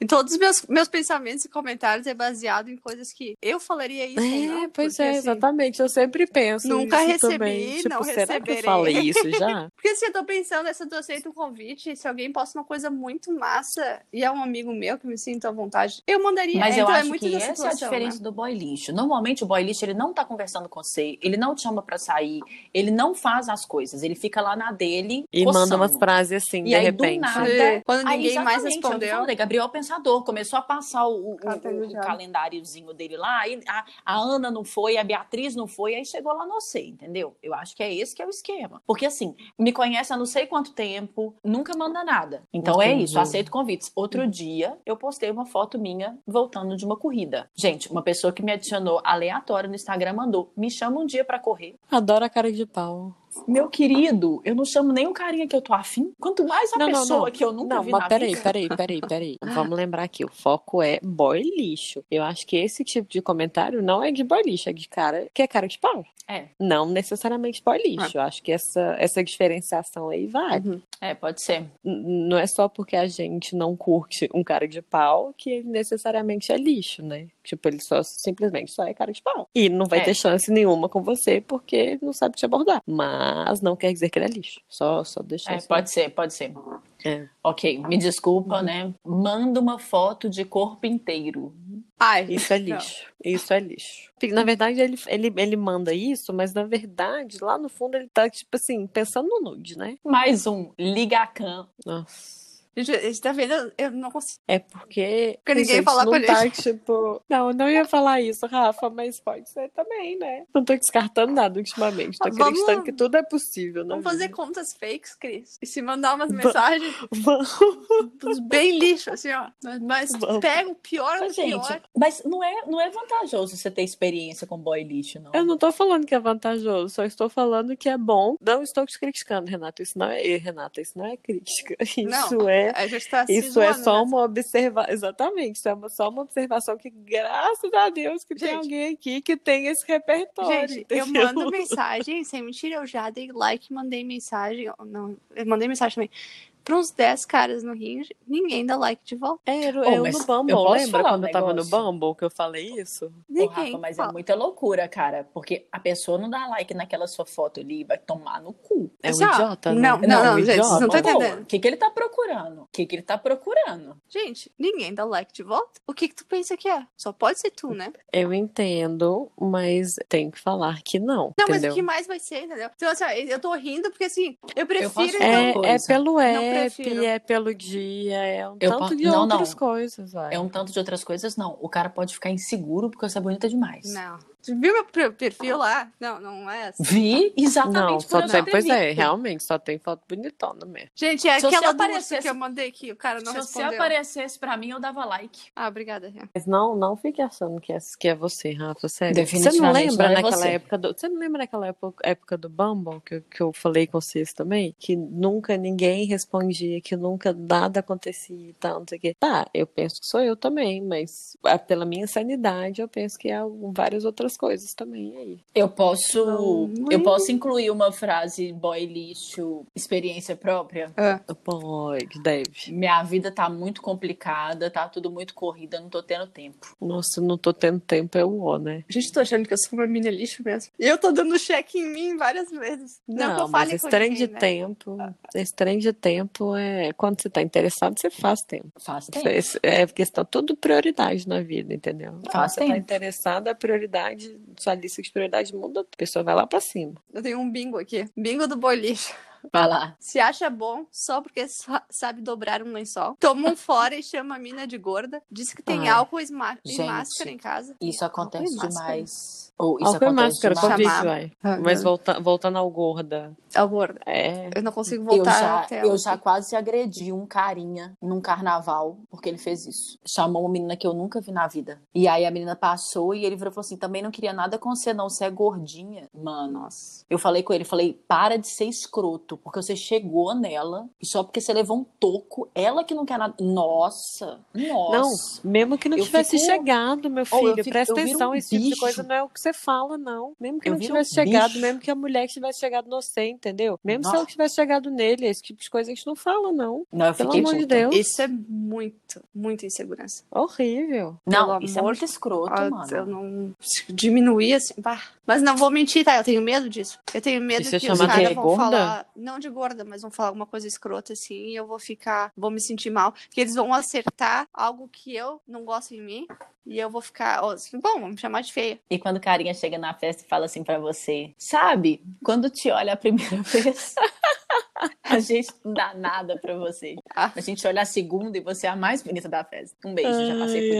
Speaker 2: E todos os meus, meus pensamentos e comentários é baseado em coisas que eu falaria isso. ou
Speaker 3: É,
Speaker 2: não,
Speaker 3: pois
Speaker 2: porque,
Speaker 3: é,
Speaker 2: assim,
Speaker 3: exatamente. Eu sempre penso
Speaker 2: Nunca
Speaker 3: isso
Speaker 2: recebi,
Speaker 3: também. Tipo,
Speaker 2: não
Speaker 3: será que eu
Speaker 2: receberei.
Speaker 3: falei isso já?
Speaker 2: Porque se eu tô pensando, essa do aceito um convite, se alguém posta uma coisa muito massa e é um amigo meu que me sinto à vontade, eu mandaria.
Speaker 4: Mas
Speaker 2: É,
Speaker 4: eu
Speaker 2: então é
Speaker 4: acho
Speaker 2: muito
Speaker 4: que
Speaker 2: da
Speaker 4: essa é a
Speaker 2: situação,
Speaker 4: diferença
Speaker 2: né?
Speaker 4: do boy lixo. Normalmente o boy lixo, ele não tá conversando com você, ele não te chama pra sair, ele não faz as coisas, ele fica lá na dele
Speaker 3: E manda umas
Speaker 4: coçando.
Speaker 3: frases assim,
Speaker 4: E
Speaker 3: de
Speaker 4: aí, do
Speaker 3: repente.
Speaker 4: nada,
Speaker 2: É, Quando
Speaker 4: Aí,
Speaker 2: ninguém
Speaker 4: exatamente, é o
Speaker 2: mais
Speaker 4: que eu
Speaker 2: respondeu.
Speaker 4: falei, Gabriel pensador, começou a passar o, o-
Speaker 2: Calendário
Speaker 4: o- o
Speaker 2: diário.
Speaker 4: calendáriozinho dele lá, aí a, a Ana não foi, a Beatriz não foi, aí chegou lá no sei, entendeu? Eu acho que é esse que é o esquema. Porque assim, me conhece há não sei quanto tempo, nunca manda nada. Então é
Speaker 3: Entendi. Hum.
Speaker 4: isso, aceito convites. Outro dia eu postei uma foto minha voltando de uma corrida. Gente, uma pessoa que me adicionou aleatório no Instagram mandou: "Me chama um dia pra correr".
Speaker 3: Adoro a cara de pau.
Speaker 4: Meu querido, eu não chamo nem o carinha que eu tô afim. Quanto mais a
Speaker 3: Não, não,
Speaker 4: pessoa
Speaker 3: não.
Speaker 4: que eu nunca
Speaker 3: Não,
Speaker 4: vi
Speaker 3: mas
Speaker 4: na
Speaker 3: peraí,
Speaker 4: vida.
Speaker 3: peraí, peraí, peraí. Vamos lembrar aqui, o foco é boy lixo. Eu acho que esse tipo de comentário não é de boy lixo, é de cara que é cara de pau.
Speaker 4: É.
Speaker 3: Não necessariamente boy lixo. Eu acho que essa, essa diferenciação aí vai.
Speaker 4: É, pode ser.
Speaker 3: N- Não é só porque a gente não curte um cara de pau que ele necessariamente é lixo, né? Tipo, ele só simplesmente só é cara de pau. E não vai
Speaker 4: É.
Speaker 3: ter chance nenhuma com você porque ele não sabe te abordar. Mas não quer dizer que ele é lixo. Só, só deixar
Speaker 4: É,
Speaker 3: isso.
Speaker 4: pode ser, pode ser.
Speaker 3: É.
Speaker 4: Ok, me desculpa, né? Manda uma foto de corpo inteiro.
Speaker 2: Ai,
Speaker 3: Isso é
Speaker 2: não.
Speaker 3: lixo. Isso é lixo. Porque, Na verdade, ele, ele, ele manda isso, mas na verdade, lá no fundo, ele tá, tipo assim, pensando no nude, né?
Speaker 4: Mais um, ligacan.
Speaker 3: Nossa.
Speaker 2: Gente, a gente tá vendo? Eu não consigo.
Speaker 3: É porque.
Speaker 2: Porque ninguém
Speaker 3: gente,
Speaker 2: fala
Speaker 3: não
Speaker 2: com a
Speaker 3: tá, tipo. Não, eu não ia falar isso, Rafa, mas pode ser também, né? Não tô descartando nada ultimamente. Tô
Speaker 2: Ah, vamos-
Speaker 3: acreditando que tudo é possível, né?
Speaker 2: Vamos fazer contas fakes, Cris. E se mandar umas mensagens
Speaker 3: Vamos.
Speaker 2: tudo bem lixo, assim, ó. Mas, mas
Speaker 3: Vamos.
Speaker 2: pega o pior do
Speaker 4: Mas, gente,
Speaker 2: pior.
Speaker 4: mas não é, não é vantajoso você ter experiência com boy lixo, não.
Speaker 3: Eu não tô falando que é vantajoso, só estou falando que é bom. Não estou te criticando, Renata. Isso não é. Renata, isso não é crítica.
Speaker 2: Não.
Speaker 3: Isso é
Speaker 2: A gente tá se
Speaker 3: Isso é
Speaker 2: zoando,
Speaker 3: só
Speaker 2: né?
Speaker 3: uma observação. Exatamente, isso é uma- só uma observação que, graças a Deus, que tem
Speaker 2: Gente.
Speaker 3: alguém aqui que tem esse repertório.
Speaker 2: Gente, eu
Speaker 3: entendeu?
Speaker 2: mando mensagem, sem mentira, eu já dei like, mandei mensagem, não, eu mandei mensagem também, pra uns 10 caras no ringue, ninguém dá like de volta.
Speaker 3: É, eu,
Speaker 4: Ô,
Speaker 3: eu
Speaker 4: mas
Speaker 3: no
Speaker 4: eu
Speaker 3: Bumble,
Speaker 4: posso
Speaker 3: lembra
Speaker 4: falar um
Speaker 3: quando eu tava no
Speaker 4: negócio?
Speaker 3: Bumble que eu falei isso?
Speaker 4: Ô,
Speaker 2: Ninguém
Speaker 4: Rafa, mas é
Speaker 2: fala.
Speaker 4: muita loucura, cara. Porque a pessoa não dá like naquela sua foto ali, vai tomar no cu.
Speaker 3: É um
Speaker 2: Assim, ó,
Speaker 3: idiota, né?
Speaker 2: não, não, não,
Speaker 3: um
Speaker 2: gente,
Speaker 3: idiota.
Speaker 2: vocês não estão
Speaker 4: Pô,
Speaker 2: entendendo.
Speaker 4: O que, que ele tá procurando? O que, que ele tá procurando?
Speaker 2: Gente, ninguém dá like de volta? O que que tu pensa que é? Só pode ser tu, né?
Speaker 3: Eu entendo, mas tem que falar que não,
Speaker 2: Não, mas
Speaker 3: entendeu?
Speaker 2: o que mais vai ser, entendeu? Então, assim, ó, eu tô rindo porque, assim, eu prefiro...
Speaker 4: faço-
Speaker 2: então,
Speaker 4: Uma
Speaker 3: é, é
Speaker 4: coisa.
Speaker 3: pelo
Speaker 2: prefiro.
Speaker 3: app, é pelo dia, é um
Speaker 4: Eu
Speaker 3: tanto
Speaker 4: pa-
Speaker 3: de
Speaker 4: não, não.
Speaker 3: outras coisas, vai.
Speaker 4: É um tanto de outras coisas, não. O cara pode ficar inseguro porque você é bonita demais.
Speaker 2: Não. Tu viu meu pre- perfil lá? Não, não é assim.
Speaker 4: Vi exatamente
Speaker 3: Não,
Speaker 4: por
Speaker 3: só
Speaker 4: eu
Speaker 3: tem,
Speaker 4: ter
Speaker 3: pois é,
Speaker 4: visto.
Speaker 3: realmente, só tem foto bonitona mesmo.
Speaker 2: Gente, é
Speaker 4: Se você
Speaker 2: aquela
Speaker 4: aparecesse-
Speaker 2: do que eu mandei que o cara não
Speaker 4: Se você
Speaker 2: respondeu.
Speaker 4: aparecesse pra mim, eu dava like.
Speaker 2: Ah, obrigada, Rian.
Speaker 3: Mas não, não fique achando que é, que é você, Rafa, sério. Você não
Speaker 4: Definitivamente
Speaker 3: lembra
Speaker 4: não é
Speaker 3: naquela
Speaker 4: você.
Speaker 3: época do. Você não lembra naquela épo- época do Bumble que, eu- que eu falei com vocês também? Que nunca ninguém respondia, que nunca nada acontecia e tal, não sei o quê. Tá, eu penso que sou eu também, mas ah, pela minha sanidade eu penso que há várias outras coisas também aí.
Speaker 4: Eu posso,
Speaker 2: Não,
Speaker 4: eu
Speaker 2: não.
Speaker 4: posso incluir uma frase boy lixo, experiência própria.
Speaker 2: Ah,
Speaker 3: Pode, deve.
Speaker 4: Minha vida tá muito complicada, tá tudo muito corrida, eu não tô tendo tempo.
Speaker 3: Nossa, não tô tendo tempo, é o O, né?
Speaker 2: Gente, tô achando que eu sou uma mina lixo mesmo. E eu tô dando cheque em mim várias vezes. Não, que eu
Speaker 3: mas
Speaker 2: fale
Speaker 3: esse
Speaker 2: com
Speaker 3: trem
Speaker 2: ninguém,
Speaker 3: de
Speaker 2: né?
Speaker 3: tempo. Esse trem de tempo é. Quando você tá interessado, você faz tempo.
Speaker 4: Faz tempo.
Speaker 3: Esse- É questão tudo prioridade na vida, entendeu?
Speaker 4: Faz
Speaker 3: você tá
Speaker 4: tempo.
Speaker 3: interessada, a prioridade, sua lista de prioridade muda, a pessoa vai lá pra cima.
Speaker 2: Eu tenho um bingo aqui. Bingo do boi lixo.
Speaker 4: Vai lá.
Speaker 2: Se acha bom só porque sa- sabe dobrar um lençol. Toma um fora e chama a mina de gorda. Diz que
Speaker 3: Ai,
Speaker 2: tem álcool e, esma- e
Speaker 4: gente.
Speaker 2: máscara em casa.
Speaker 4: Isso acontece
Speaker 2: máscara. Ah,
Speaker 4: demais. Ou isso
Speaker 3: Álcool e
Speaker 4: acontece
Speaker 3: máscara,
Speaker 4: demais.
Speaker 3: Covid,
Speaker 2: Chamar.
Speaker 3: vai. Mas volta- voltando ao gorda,
Speaker 2: É o gorda.
Speaker 3: é...
Speaker 2: Eu não consigo
Speaker 4: Eu
Speaker 2: voltar
Speaker 4: já,
Speaker 2: até
Speaker 4: eu já quase agredi um carinha num carnaval porque ele fez isso. Chamou uma menina que eu nunca vi na vida. E aí a menina passou e ele virou e falou assim: também não queria nada com você, não. Você é gordinha. Mano,
Speaker 2: Nossa.
Speaker 4: eu falei com ele, falei, para de ser escroto, porque você chegou nela e só porque você levou um toco, ela que não quer nada. Nossa, nossa.
Speaker 3: Não, mesmo que não
Speaker 4: Eu
Speaker 3: tivesse
Speaker 4: fico-
Speaker 3: chegado, meu
Speaker 4: Ou
Speaker 3: filho,
Speaker 4: eu fico-
Speaker 3: presta
Speaker 4: eu viro
Speaker 3: atenção,
Speaker 4: um
Speaker 3: esse tipo de
Speaker 4: bicho.
Speaker 3: coisa não é o que você fala, não. Mesmo que
Speaker 4: Eu
Speaker 3: não
Speaker 4: viro um
Speaker 3: tivesse chegado,
Speaker 4: bicho.
Speaker 3: mesmo que a mulher que tivesse chegado no você, entendeu? Mesmo se
Speaker 4: Nossa.
Speaker 3: ela tivesse chegado nele, esse tipo de coisa a gente não fala, não.
Speaker 4: Não, eu
Speaker 3: Pelo
Speaker 4: fiquei
Speaker 3: amor de
Speaker 4: puta.
Speaker 3: Deus,
Speaker 2: Isso é muito, muita insegurança.
Speaker 3: horrível.
Speaker 4: Não,
Speaker 2: Pelo
Speaker 4: isso é
Speaker 2: amor
Speaker 4: muito escroto,
Speaker 2: Ah,
Speaker 4: mano.
Speaker 2: Eu não se diminuir assim, pá. Mas não vou mentir, tá? Eu tenho medo disso. Eu tenho medo
Speaker 3: Isso é
Speaker 2: que os
Speaker 3: chamado de
Speaker 2: caras vão
Speaker 3: gorda?
Speaker 2: falar. Não de gorda, mas vão falar alguma coisa escrota assim e eu vou ficar. Vou me sentir mal. Que eles vão acertar algo que eu não gosto em mim e eu vou ficar. ó, assim, bom, vamos chamar de feia.
Speaker 4: E quando o carinha chega na festa e fala assim pra você, sabe, quando te olha a primeira vez, A gente não dá nada pra você.
Speaker 3: Ah.
Speaker 4: A gente olha a segunda e você é a mais bonita da festa. Um beijo, já passei por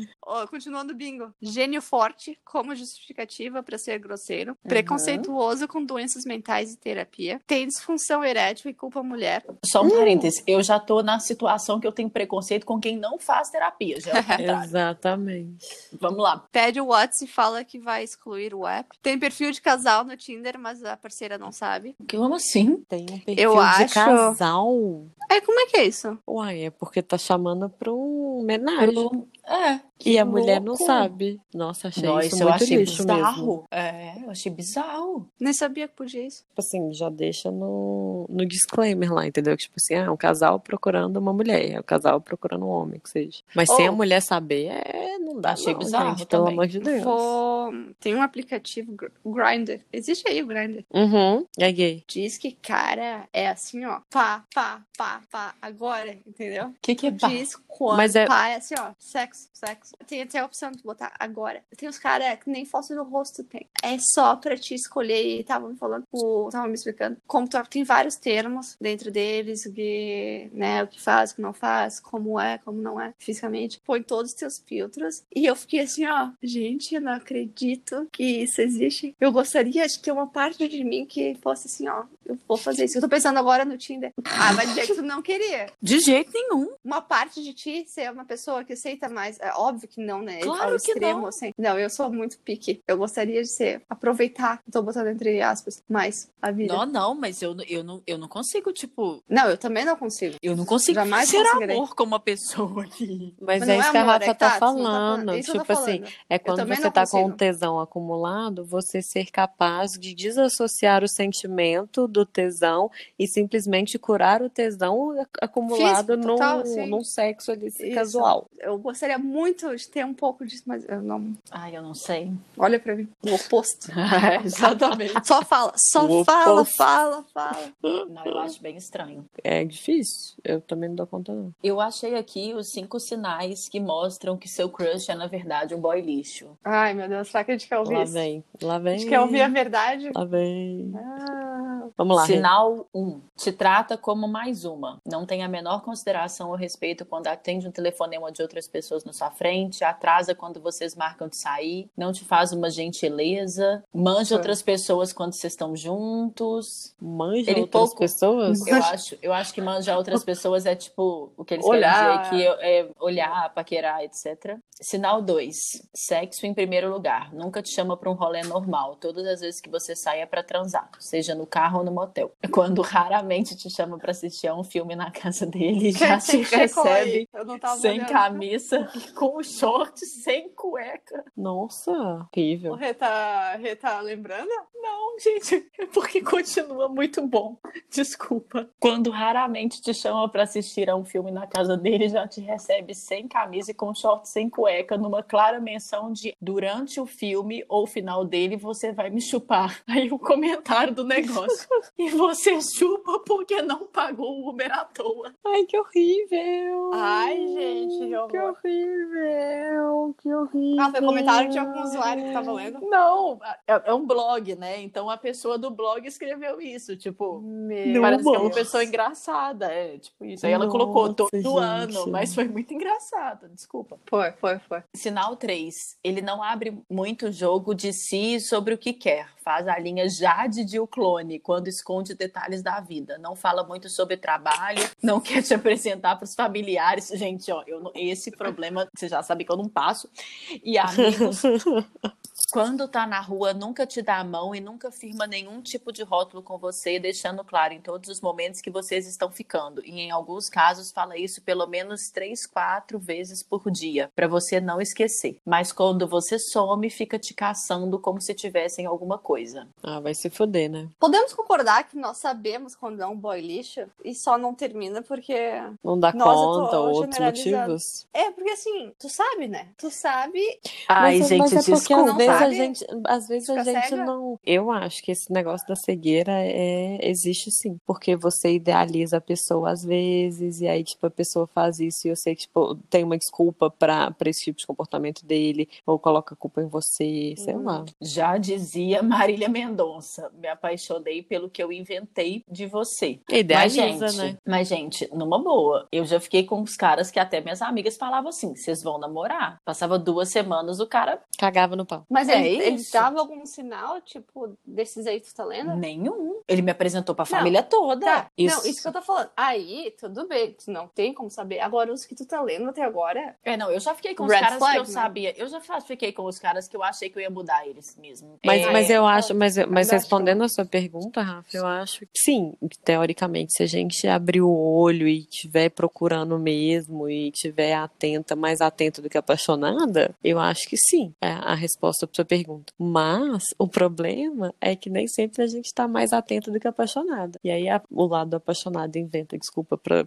Speaker 4: isso.
Speaker 2: Ó, continuando o bingo. Gênio forte como justificativa para ser grosseiro. Preconceituoso com doenças mentais e terapia. Tem disfunção erétil e culpa a mulher.
Speaker 4: Só um parêntese, eu já tô na situação que eu tenho preconceito com quem não faz terapia. Já é o contrário.
Speaker 3: Exatamente.
Speaker 4: Vamos lá.
Speaker 2: Pede o WhatsApp e fala que vai excluir o app. Tem perfil de casal no Tinder, mas a parceira não sabe.
Speaker 4: Que Como assim?
Speaker 3: Tem um perfil
Speaker 2: Eu
Speaker 3: de
Speaker 2: acho-
Speaker 3: casal.
Speaker 2: É, como é que é isso?
Speaker 3: Uai, é porque tá chamando pra um homenagem.
Speaker 4: É.
Speaker 3: E a
Speaker 4: que
Speaker 3: mulher não
Speaker 4: louco.
Speaker 3: sabe. Nossa, achei isso
Speaker 4: Nossa, eu
Speaker 3: muito
Speaker 4: achei
Speaker 3: lixo
Speaker 4: bizarro.
Speaker 3: mesmo.
Speaker 4: É, eu achei bizarro.
Speaker 2: Nem sabia que podia isso.
Speaker 3: Tipo assim, já deixa no, no disclaimer lá, entendeu? Que, Tipo assim, ah, é um casal procurando uma mulher, é um casal procurando um homem, que seja. Mas sem a
Speaker 4: Oh.
Speaker 3: mulher saber, é, não dá
Speaker 4: Achei
Speaker 3: não,
Speaker 4: bizarro
Speaker 3: gente, pelo
Speaker 4: também.
Speaker 3: amor de Deus.
Speaker 2: Vou... Tem um aplicativo, Gr- Grindr. Existe aí o Grindr.
Speaker 3: Uhum, é gay.
Speaker 2: Diz que, cara, é assim, ó. Pá, pá, pá, pá. Agora, entendeu?
Speaker 4: O que, que é pá?
Speaker 2: Diz quando.
Speaker 3: Mas é-
Speaker 2: Pá, é assim, ó. Sexo, sexo. Tem até a opção de botar agora. Tem os caras que nem foto no rosto tem. É só pra te escolher. E tava me falando, o- tava me explicando. Como tu- tem vários termos dentro deles, o que, né, o que faz, o que não faz, como é, como não é, fisicamente. Põe todos os teus filtros. E eu fiquei assim, ó. Gente, eu não acredito que isso existe. Eu gostaria de ter uma parte de mim que fosse assim, ó. Eu vou fazer isso. Eu tô pensando agora no Tinder. Ah, vai dizer que tu não queria
Speaker 4: De jeito nenhum.
Speaker 2: uma parte de ti ser uma pessoa que aceita mais. É óbvio que não, né?
Speaker 4: Claro
Speaker 2: Ao
Speaker 4: que
Speaker 2: extremo,
Speaker 4: não.
Speaker 2: assim. Não, eu sou muito pique. Eu gostaria de ser, aproveitar, tô botando entre aspas, mais a vida. Não,
Speaker 4: Não, não, mas eu, eu, não, eu não consigo, tipo,
Speaker 2: eu também não consigo.
Speaker 4: eu não consigo
Speaker 2: Jamais
Speaker 4: ser
Speaker 2: conseguirei.
Speaker 4: amor com uma pessoa aqui.
Speaker 3: Mas,
Speaker 2: Mas
Speaker 3: é
Speaker 2: não
Speaker 3: isso que a
Speaker 2: amor,
Speaker 3: Rafa
Speaker 2: é
Speaker 3: tá
Speaker 2: tato, não
Speaker 3: falando.
Speaker 2: É isso que eu
Speaker 3: tipo
Speaker 2: tô
Speaker 3: assim,
Speaker 2: falando.
Speaker 3: é quando
Speaker 2: também
Speaker 3: você
Speaker 2: não
Speaker 3: tá com um
Speaker 2: consigo.
Speaker 3: tesão acumulado, você ser capaz de desassociar o sentimento do tesão e simplesmente curar o tesão ac- acumulado
Speaker 2: Físico, total, sim.
Speaker 3: num, num sexo ali
Speaker 2: Isso.
Speaker 3: casual.
Speaker 2: Eu gostaria muito de ter um pouco disso, mas eu não.
Speaker 4: Ai, eu não sei.
Speaker 2: Olha pra mim. O oposto.
Speaker 4: Exatamente.
Speaker 2: Só fala, só
Speaker 3: O
Speaker 2: fala,
Speaker 3: oposto.
Speaker 2: fala, fala.
Speaker 4: Não, eu acho bem estranho.
Speaker 3: É difícil. Eu também não dou conta, não.
Speaker 4: Eu achei aqui os cinco sinais que mostram que seu crush é, na verdade, um boy lixo.
Speaker 2: Ai, meu Deus, será que a gente quer ouvir
Speaker 3: Lá
Speaker 2: isso?
Speaker 3: vem. Lá
Speaker 2: A
Speaker 3: vem.
Speaker 2: gente quer ouvir a verdade?
Speaker 3: Lá vem.
Speaker 2: Ah.
Speaker 3: Vamos lá. Rê.
Speaker 4: Sinal 1. Um, te trata como mais uma. Não tem a menor consideração ou respeito quando atende um telefonema de outras pessoas na sua frente, atrasa quando vocês marcam de sair, não te faz uma gentileza, manja
Speaker 2: Ah.
Speaker 4: outras pessoas quando vocês estão juntos.
Speaker 3: Manja
Speaker 4: Ele
Speaker 3: outras
Speaker 4: pouco-
Speaker 3: pessoas?
Speaker 4: Eu acho, eu acho que manjar outras pessoas é tipo o que eles
Speaker 2: Olhar.
Speaker 4: querem dizer, que é olhar, paquerar, etc. Sinal 2. Sexo em primeiro lugar. Nunca te chama pra um rolê normal. Todas as vezes que você sai é pra transar, seja no carro ou no motel. Quando raramente te chama pra assistir a um filme na casa dele, já se recebe
Speaker 2: Eu não tava
Speaker 4: sem
Speaker 2: Tá olhando.
Speaker 4: camisa, com short, sem cueca.
Speaker 3: Nossa,
Speaker 2: O
Speaker 3: horrível.
Speaker 2: Rê tá, Rê tá lembrando?
Speaker 4: Não, gente, é porque continua muito bom. Desculpa. Quando raramente te chama pra assistir a um filme na casa dele, já te recebe sem camisa e com short sem cueca, numa clara menção de durante o filme ou final dele, você vai me chupar. Aí o comentário do negócio. e você chupa porque não pagou o Uber à toa.
Speaker 3: Ai, que horrível.
Speaker 2: Ai, gente, que
Speaker 3: que
Speaker 2: horror.
Speaker 3: horrível. Que horrível.
Speaker 2: Ah, foi comentário de algum usuário que tava lendo.
Speaker 4: Não, é é um blog, né? Então a pessoa do blog escreveu isso, tipo.
Speaker 2: Meu
Speaker 4: Parece que é uma
Speaker 2: Deus.
Speaker 4: pessoa engraçada, é tipo isso. Aí ela
Speaker 3: Nossa,
Speaker 4: colocou todo
Speaker 3: gente.
Speaker 4: ano, mas foi muito engraçado, desculpa.
Speaker 2: Foi, foi, foi.
Speaker 4: Sinal 3. Ele não abre muito jogo de si sobre o que quer. Faz a linha Jade de o clone, quando esconde detalhes da vida. Não fala muito sobre trabalho, não quer te apresentar para os familiares. Gente, ó, eu não- esse problema, você já sabe que eu não passo. E amigos, quando tá na rua, nunca te dá a mão e nunca firma nenhum tipo de rótulo com você, deixando claro em todos os momentos que vocês estão ficando. E em alguns casos fala isso pelo menos três, quatro vezes por dia, pra você não esquecer. Mas quando você some, fica te caçando como se tivessem alguma coisa.
Speaker 3: Ah, vai se foder, né?
Speaker 2: Podemos concordar que nós sabemos quando é um boy lixo e só não termina porque.
Speaker 3: Não dá
Speaker 2: Nossa, eu tô
Speaker 3: conta ou outros
Speaker 2: generalizando.
Speaker 3: motivos?
Speaker 2: É, porque assim, tu sabe, né? Tu sabe.
Speaker 4: Ai,
Speaker 3: mas,
Speaker 4: gente,
Speaker 3: mas é porque
Speaker 4: desculpa.
Speaker 3: às vezes a
Speaker 2: sabe?
Speaker 3: gente, às vezes a
Speaker 2: Fica
Speaker 3: gente
Speaker 2: cega?
Speaker 3: não. Eu acho que esse negócio da cegueira é existe sim, porque você idealiza a pessoa às vezes e aí tipo a pessoa faz isso e eu sei que tipo tem uma desculpa pra para esse tipo de comportamento dele ou coloca a culpa em você, sei
Speaker 2: Hum.
Speaker 3: lá.
Speaker 4: Já dizia Marília Mendonça, me apaixonei pelo pelo que eu inventei de você. Mas,
Speaker 3: Idealiza,
Speaker 4: gente,
Speaker 3: né?
Speaker 4: mas, gente, numa boa, eu já fiquei com os caras que até minhas amigas falavam assim: vocês vão namorar. Passava duas semanas, o cara
Speaker 3: Cagava no pau.
Speaker 2: Mas
Speaker 4: É
Speaker 2: ele, ele
Speaker 4: isso.
Speaker 2: dava algum sinal, tipo, desses aí que tu tá
Speaker 4: Hum.
Speaker 2: lendo?
Speaker 4: nenhum. Ele me apresentou pra
Speaker 2: Não.
Speaker 4: família toda.
Speaker 2: Tá, não,
Speaker 3: Isso.
Speaker 2: isso que eu tô falando. Aí, tudo bem, tu não tem como saber. Agora, os que tu tá lendo até agora,
Speaker 4: É, não, eu já fiquei com os
Speaker 2: Red
Speaker 4: caras
Speaker 2: flag,
Speaker 4: que eu
Speaker 2: né?
Speaker 4: sabia. Eu já fa- fiquei com os caras que eu achei que eu ia mudar eles mesmo.
Speaker 3: Mas,
Speaker 4: É,
Speaker 3: mas eu acho, mas, eu- mas
Speaker 2: eu acho-
Speaker 3: respondendo a sua pergunta, Rafa, eu acho que sim, que teoricamente, se a gente abrir o olho e estiver procurando mesmo e estiver atenta, mais atenta do que apaixonada, eu acho que sim, é a resposta para sua pergunta. Mas o problema é que nem sempre a gente está tá mais atenta do que apaixonada. E aí a- o lado apaixonado inventa desculpa para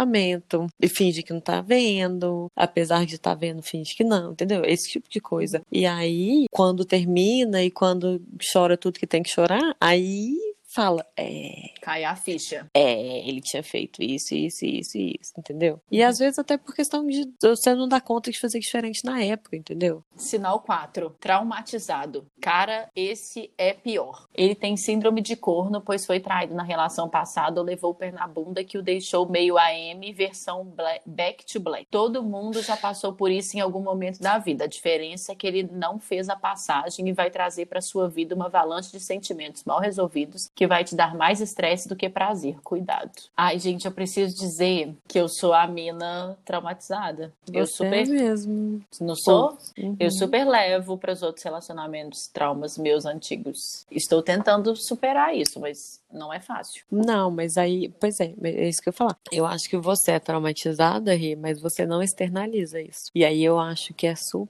Speaker 3: comportamento e finge que não tá vendo, apesar de estar vendo, finge que não, entendeu? Esse tipo de coisa. E aí, quando termina e quando chora tudo que tem que chorar, aí fala, é,
Speaker 4: Cai a ficha.
Speaker 3: é, ele tinha feito isso, isso, isso, e isso, entendeu? E às vezes até por questão de você não dar conta de fazer diferente na época, entendeu?
Speaker 4: Sinal 4. Traumatizado. Cara, esse é pior. Ele tem síndrome de corno, pois foi traído na relação passada ou levou o pé na bunda que o deixou meio AM, versão bla- back to black. Todo mundo já passou por isso em algum momento da vida. A diferença é que ele não fez a passagem e vai trazer para sua vida uma avalanche de sentimentos mal resolvidos que vai te dar mais estresse do que prazer. Cuidado. Ai, gente, eu preciso dizer que eu sou a mina traumatizada. Eu
Speaker 3: Você é
Speaker 4: super.
Speaker 3: mesmo.
Speaker 4: Não sou?
Speaker 3: Uhum.
Speaker 4: Eu super levo para os outros relacionamentos traumas meus antigos. Estou tentando superar isso, mas não é fácil.
Speaker 3: Não, mas aí, pois é, é isso que eu ia falar. Eu acho que você é traumatizada, Ri, mas você não externaliza isso. E aí eu acho que é su-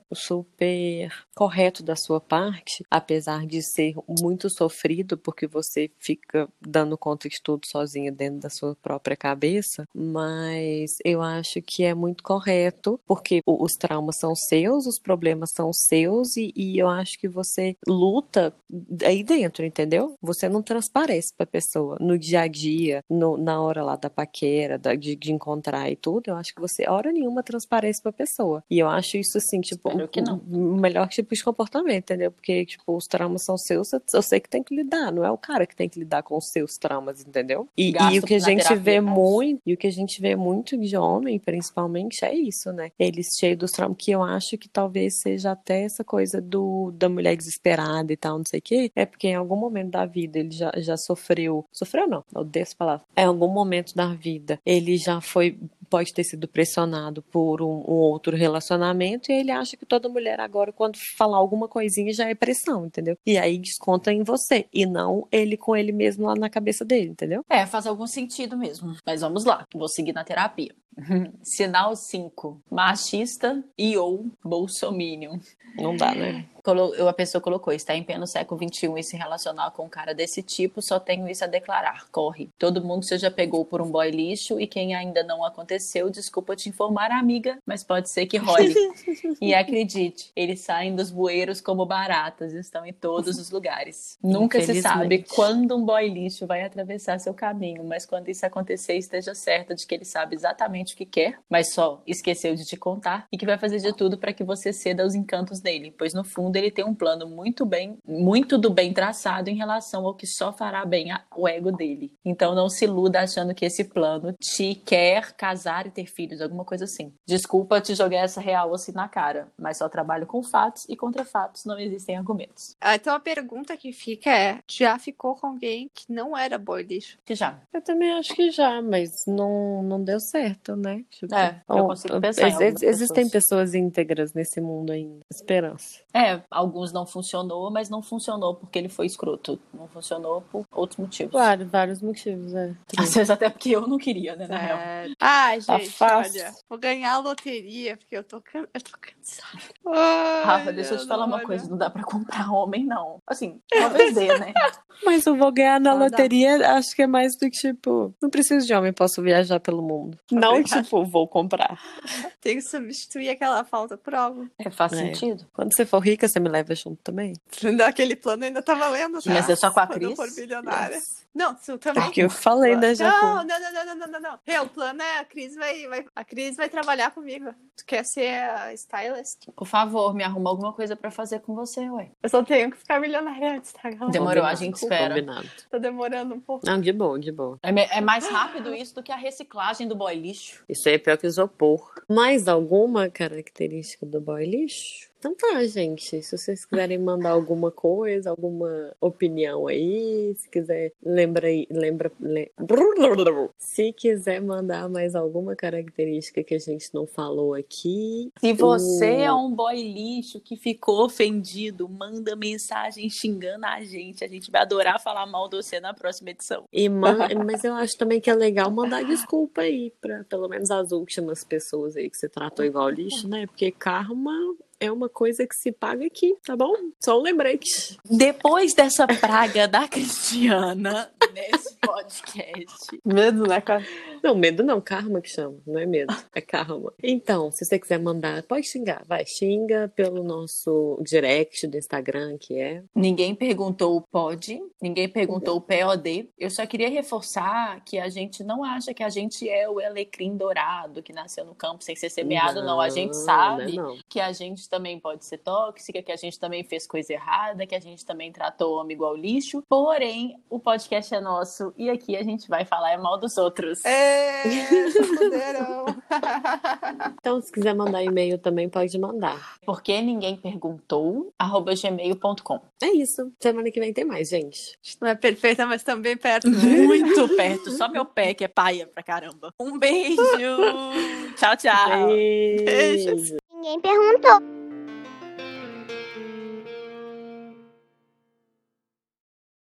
Speaker 3: super correto da sua parte, apesar de ser muito sofrido, porque você fica dando conta de tudo sozinha dentro da sua própria cabeça, mas eu acho que é muito correto, porque o- os traumas são seus, os problemas são seus, e, e eu acho que você luta aí dentro, entendeu? Você não transparece pra pessoa no dia a dia, no- na hora lá da paquera, da- de, de encontrar e tudo. Eu acho que você, hora nenhuma, transparece pra pessoa. E eu acho isso, assim, tipo,
Speaker 4: Espero que não.
Speaker 3: o o melhor tipo de comportamento, entendeu? Porque, tipo, os traumas são seus, eu- eu sei que tem que lidar, não é o cara que tem que lidar com os seus traumas, entendeu? E, e
Speaker 4: Gasto
Speaker 3: o que a
Speaker 4: na
Speaker 3: gente
Speaker 4: terapia,
Speaker 3: vê
Speaker 4: mas-
Speaker 3: muito, e o que a gente vê muito de homem, principalmente, é isso, né? Eles cheios dos traumas, que eu acho que talvez seja até essa coisa do da mulher desesperada e tal, não sei o quê, é porque em algum momento da vida ele já, já sofreu, sofreu não, eu odeio essa palavra, em algum momento da vida ele já foi pode ter sido pressionado por um, um outro relacionamento e ele acha que toda mulher agora, quando falar alguma coisinha, já é pressão, entendeu? E aí desconta em você e não ele com ele mesmo lá na cabeça dele, entendeu?
Speaker 4: É, faz algum sentido mesmo. Mas vamos lá, vou seguir na terapia. Sinal 5. Machista e ou bolsominion.
Speaker 3: Não dá, né?
Speaker 4: Colo- A pessoa colocou, está em pleno século XXI e se relacionar com um cara desse tipo, só tenho isso a declarar. Corre. Todo mundo se já pegou por um boy lixo e quem ainda não aconteceu, desculpa te informar, amiga, mas pode ser que role. E acredite, eles saem dos bueiros como baratas, estão em todos os lugares. Nunca se sabe
Speaker 3: Infelizmente.
Speaker 4: quando um boy lixo vai atravessar seu caminho, mas quando isso acontecer, esteja certa de que ele sabe exatamente o que quer, mas só esqueceu de te contar e que vai fazer de tudo para que você ceda aos encantos dele, pois no fundo ele tem um plano muito bem, muito do bem traçado em relação ao que só fará bem ao ego dele. Então não se iluda achando que esse plano te quer casar e ter filhos, alguma coisa assim. Desculpa te jogar essa real assim na cara, mas só trabalho com fatos e contra fatos não existem argumentos.
Speaker 2: Ah, então a pergunta que fica é: já ficou com alguém que não era boy lixo?
Speaker 4: Que já.
Speaker 3: Eu também acho que já, mas não, não deu certo, né? Tipo,
Speaker 4: É, eu
Speaker 3: ou-
Speaker 4: consigo pensar em
Speaker 3: ex-
Speaker 4: algumas
Speaker 3: existem
Speaker 4: pessoas.
Speaker 3: pessoas íntegras nesse mundo ainda. Esperança.
Speaker 4: É, alguns não funcionou, mas não funcionou porque ele foi escroto. Não funcionou por outros motivos.
Speaker 3: Claro, vários motivos, é.
Speaker 4: Às vezes até porque eu não queria, né, na real.
Speaker 2: É... Ai,
Speaker 3: Tá
Speaker 2: gente,
Speaker 3: fácil.
Speaker 2: olha, vou ganhar a loteria, porque eu tô, can... eu tô cansada. Ai,
Speaker 4: Rafa, deixa eu te falar uma
Speaker 2: olha.
Speaker 4: coisa, não dá pra comprar homem, não. Assim, talvez dê, né?
Speaker 3: Mas eu vou ganhar na
Speaker 4: Não dá.
Speaker 3: loteria, acho que é mais do que, tipo, não preciso de homem, posso viajar pelo mundo. Não,
Speaker 2: Obrigada.
Speaker 3: tipo, vou comprar.
Speaker 2: Tem que substituir aquela falta prova.
Speaker 4: É, faz
Speaker 3: É.
Speaker 4: sentido.
Speaker 3: Quando você for rica, você me leva junto também?
Speaker 2: Aquele plano ainda tá valendo, tá?
Speaker 4: Mas é só com a
Speaker 2: Quando eu
Speaker 4: Cris.
Speaker 2: for bilionária. Não, tu também.
Speaker 3: Porque eu falei, né,
Speaker 2: Não,
Speaker 3: Jacu?
Speaker 2: não, não, não, não, não, não, não. Meu, o plano é a Cris vai, vai- a Cris vai trabalhar comigo. Tu quer ser a stylist?
Speaker 4: Por favor, me arruma alguma coisa pra fazer com você, ué.
Speaker 2: Eu só tenho que ficar milionária antes, tá? galera?
Speaker 4: Demorou, a gente espera.
Speaker 3: Combinado.
Speaker 2: Tá demorando um pouco.
Speaker 3: Não, de boa, de boa.
Speaker 4: É, me- é mais rápido isso do que a reciclagem do boy lixo.
Speaker 3: Isso aí é pior que isopor. Mais alguma característica do boy lixo? Então tá, gente. Se vocês quiserem mandar alguma coisa, alguma opinião aí, se quiser, lembra aí, lembra. le- Se quiser mandar mais alguma característica que a gente não falou aqui,
Speaker 4: Se
Speaker 3: você
Speaker 4: você
Speaker 3: é
Speaker 4: é um boy lixo que ficou ofendido, manda mensagem xingando a gente. A gente vai adorar falar mal de você na próxima edição.
Speaker 3: E man- Mas eu acho também que é legal mandar desculpa aí, pra, pelo menos as últimas pessoas aí que você tratou igual lixo, né? Porque karma é uma coisa que se paga aqui, tá bom? Só um lembrete.
Speaker 4: Depois dessa praga da Cristiana nesse podcast.
Speaker 2: Medo, né, cara?
Speaker 3: Não, medo não, karma que chama, não é medo, é karma. Então, se você quiser mandar, pode xingar, vai, xinga pelo nosso direct do Instagram, que é.
Speaker 4: Ninguém perguntou o POD, ninguém perguntou o POD. Eu só queria reforçar que a gente não acha que a gente é o alecrim dourado que nasceu no campo sem ser semeado, não. A gente
Speaker 3: né,
Speaker 4: sabe
Speaker 3: não.
Speaker 4: que a gente também pode ser tóxica, que a gente também fez coisa errada, que a gente também tratou o homem igual lixo. Porém, o podcast é nosso e aqui a gente vai falar mal dos outros.
Speaker 2: É, fuderam.
Speaker 3: Então, se quiser mandar e-mail também, pode mandar.
Speaker 4: Porque ninguém perguntou, arroba gmail.com.
Speaker 3: É isso. Semana que vem tem mais, gente.
Speaker 2: Não é perfeita, mas também perto. né?
Speaker 4: Muito perto, só meu pé que é paia pra caramba. Um beijo! Tchau, tchau!
Speaker 3: Beijo.
Speaker 2: Beijos.
Speaker 5: Ninguém perguntou.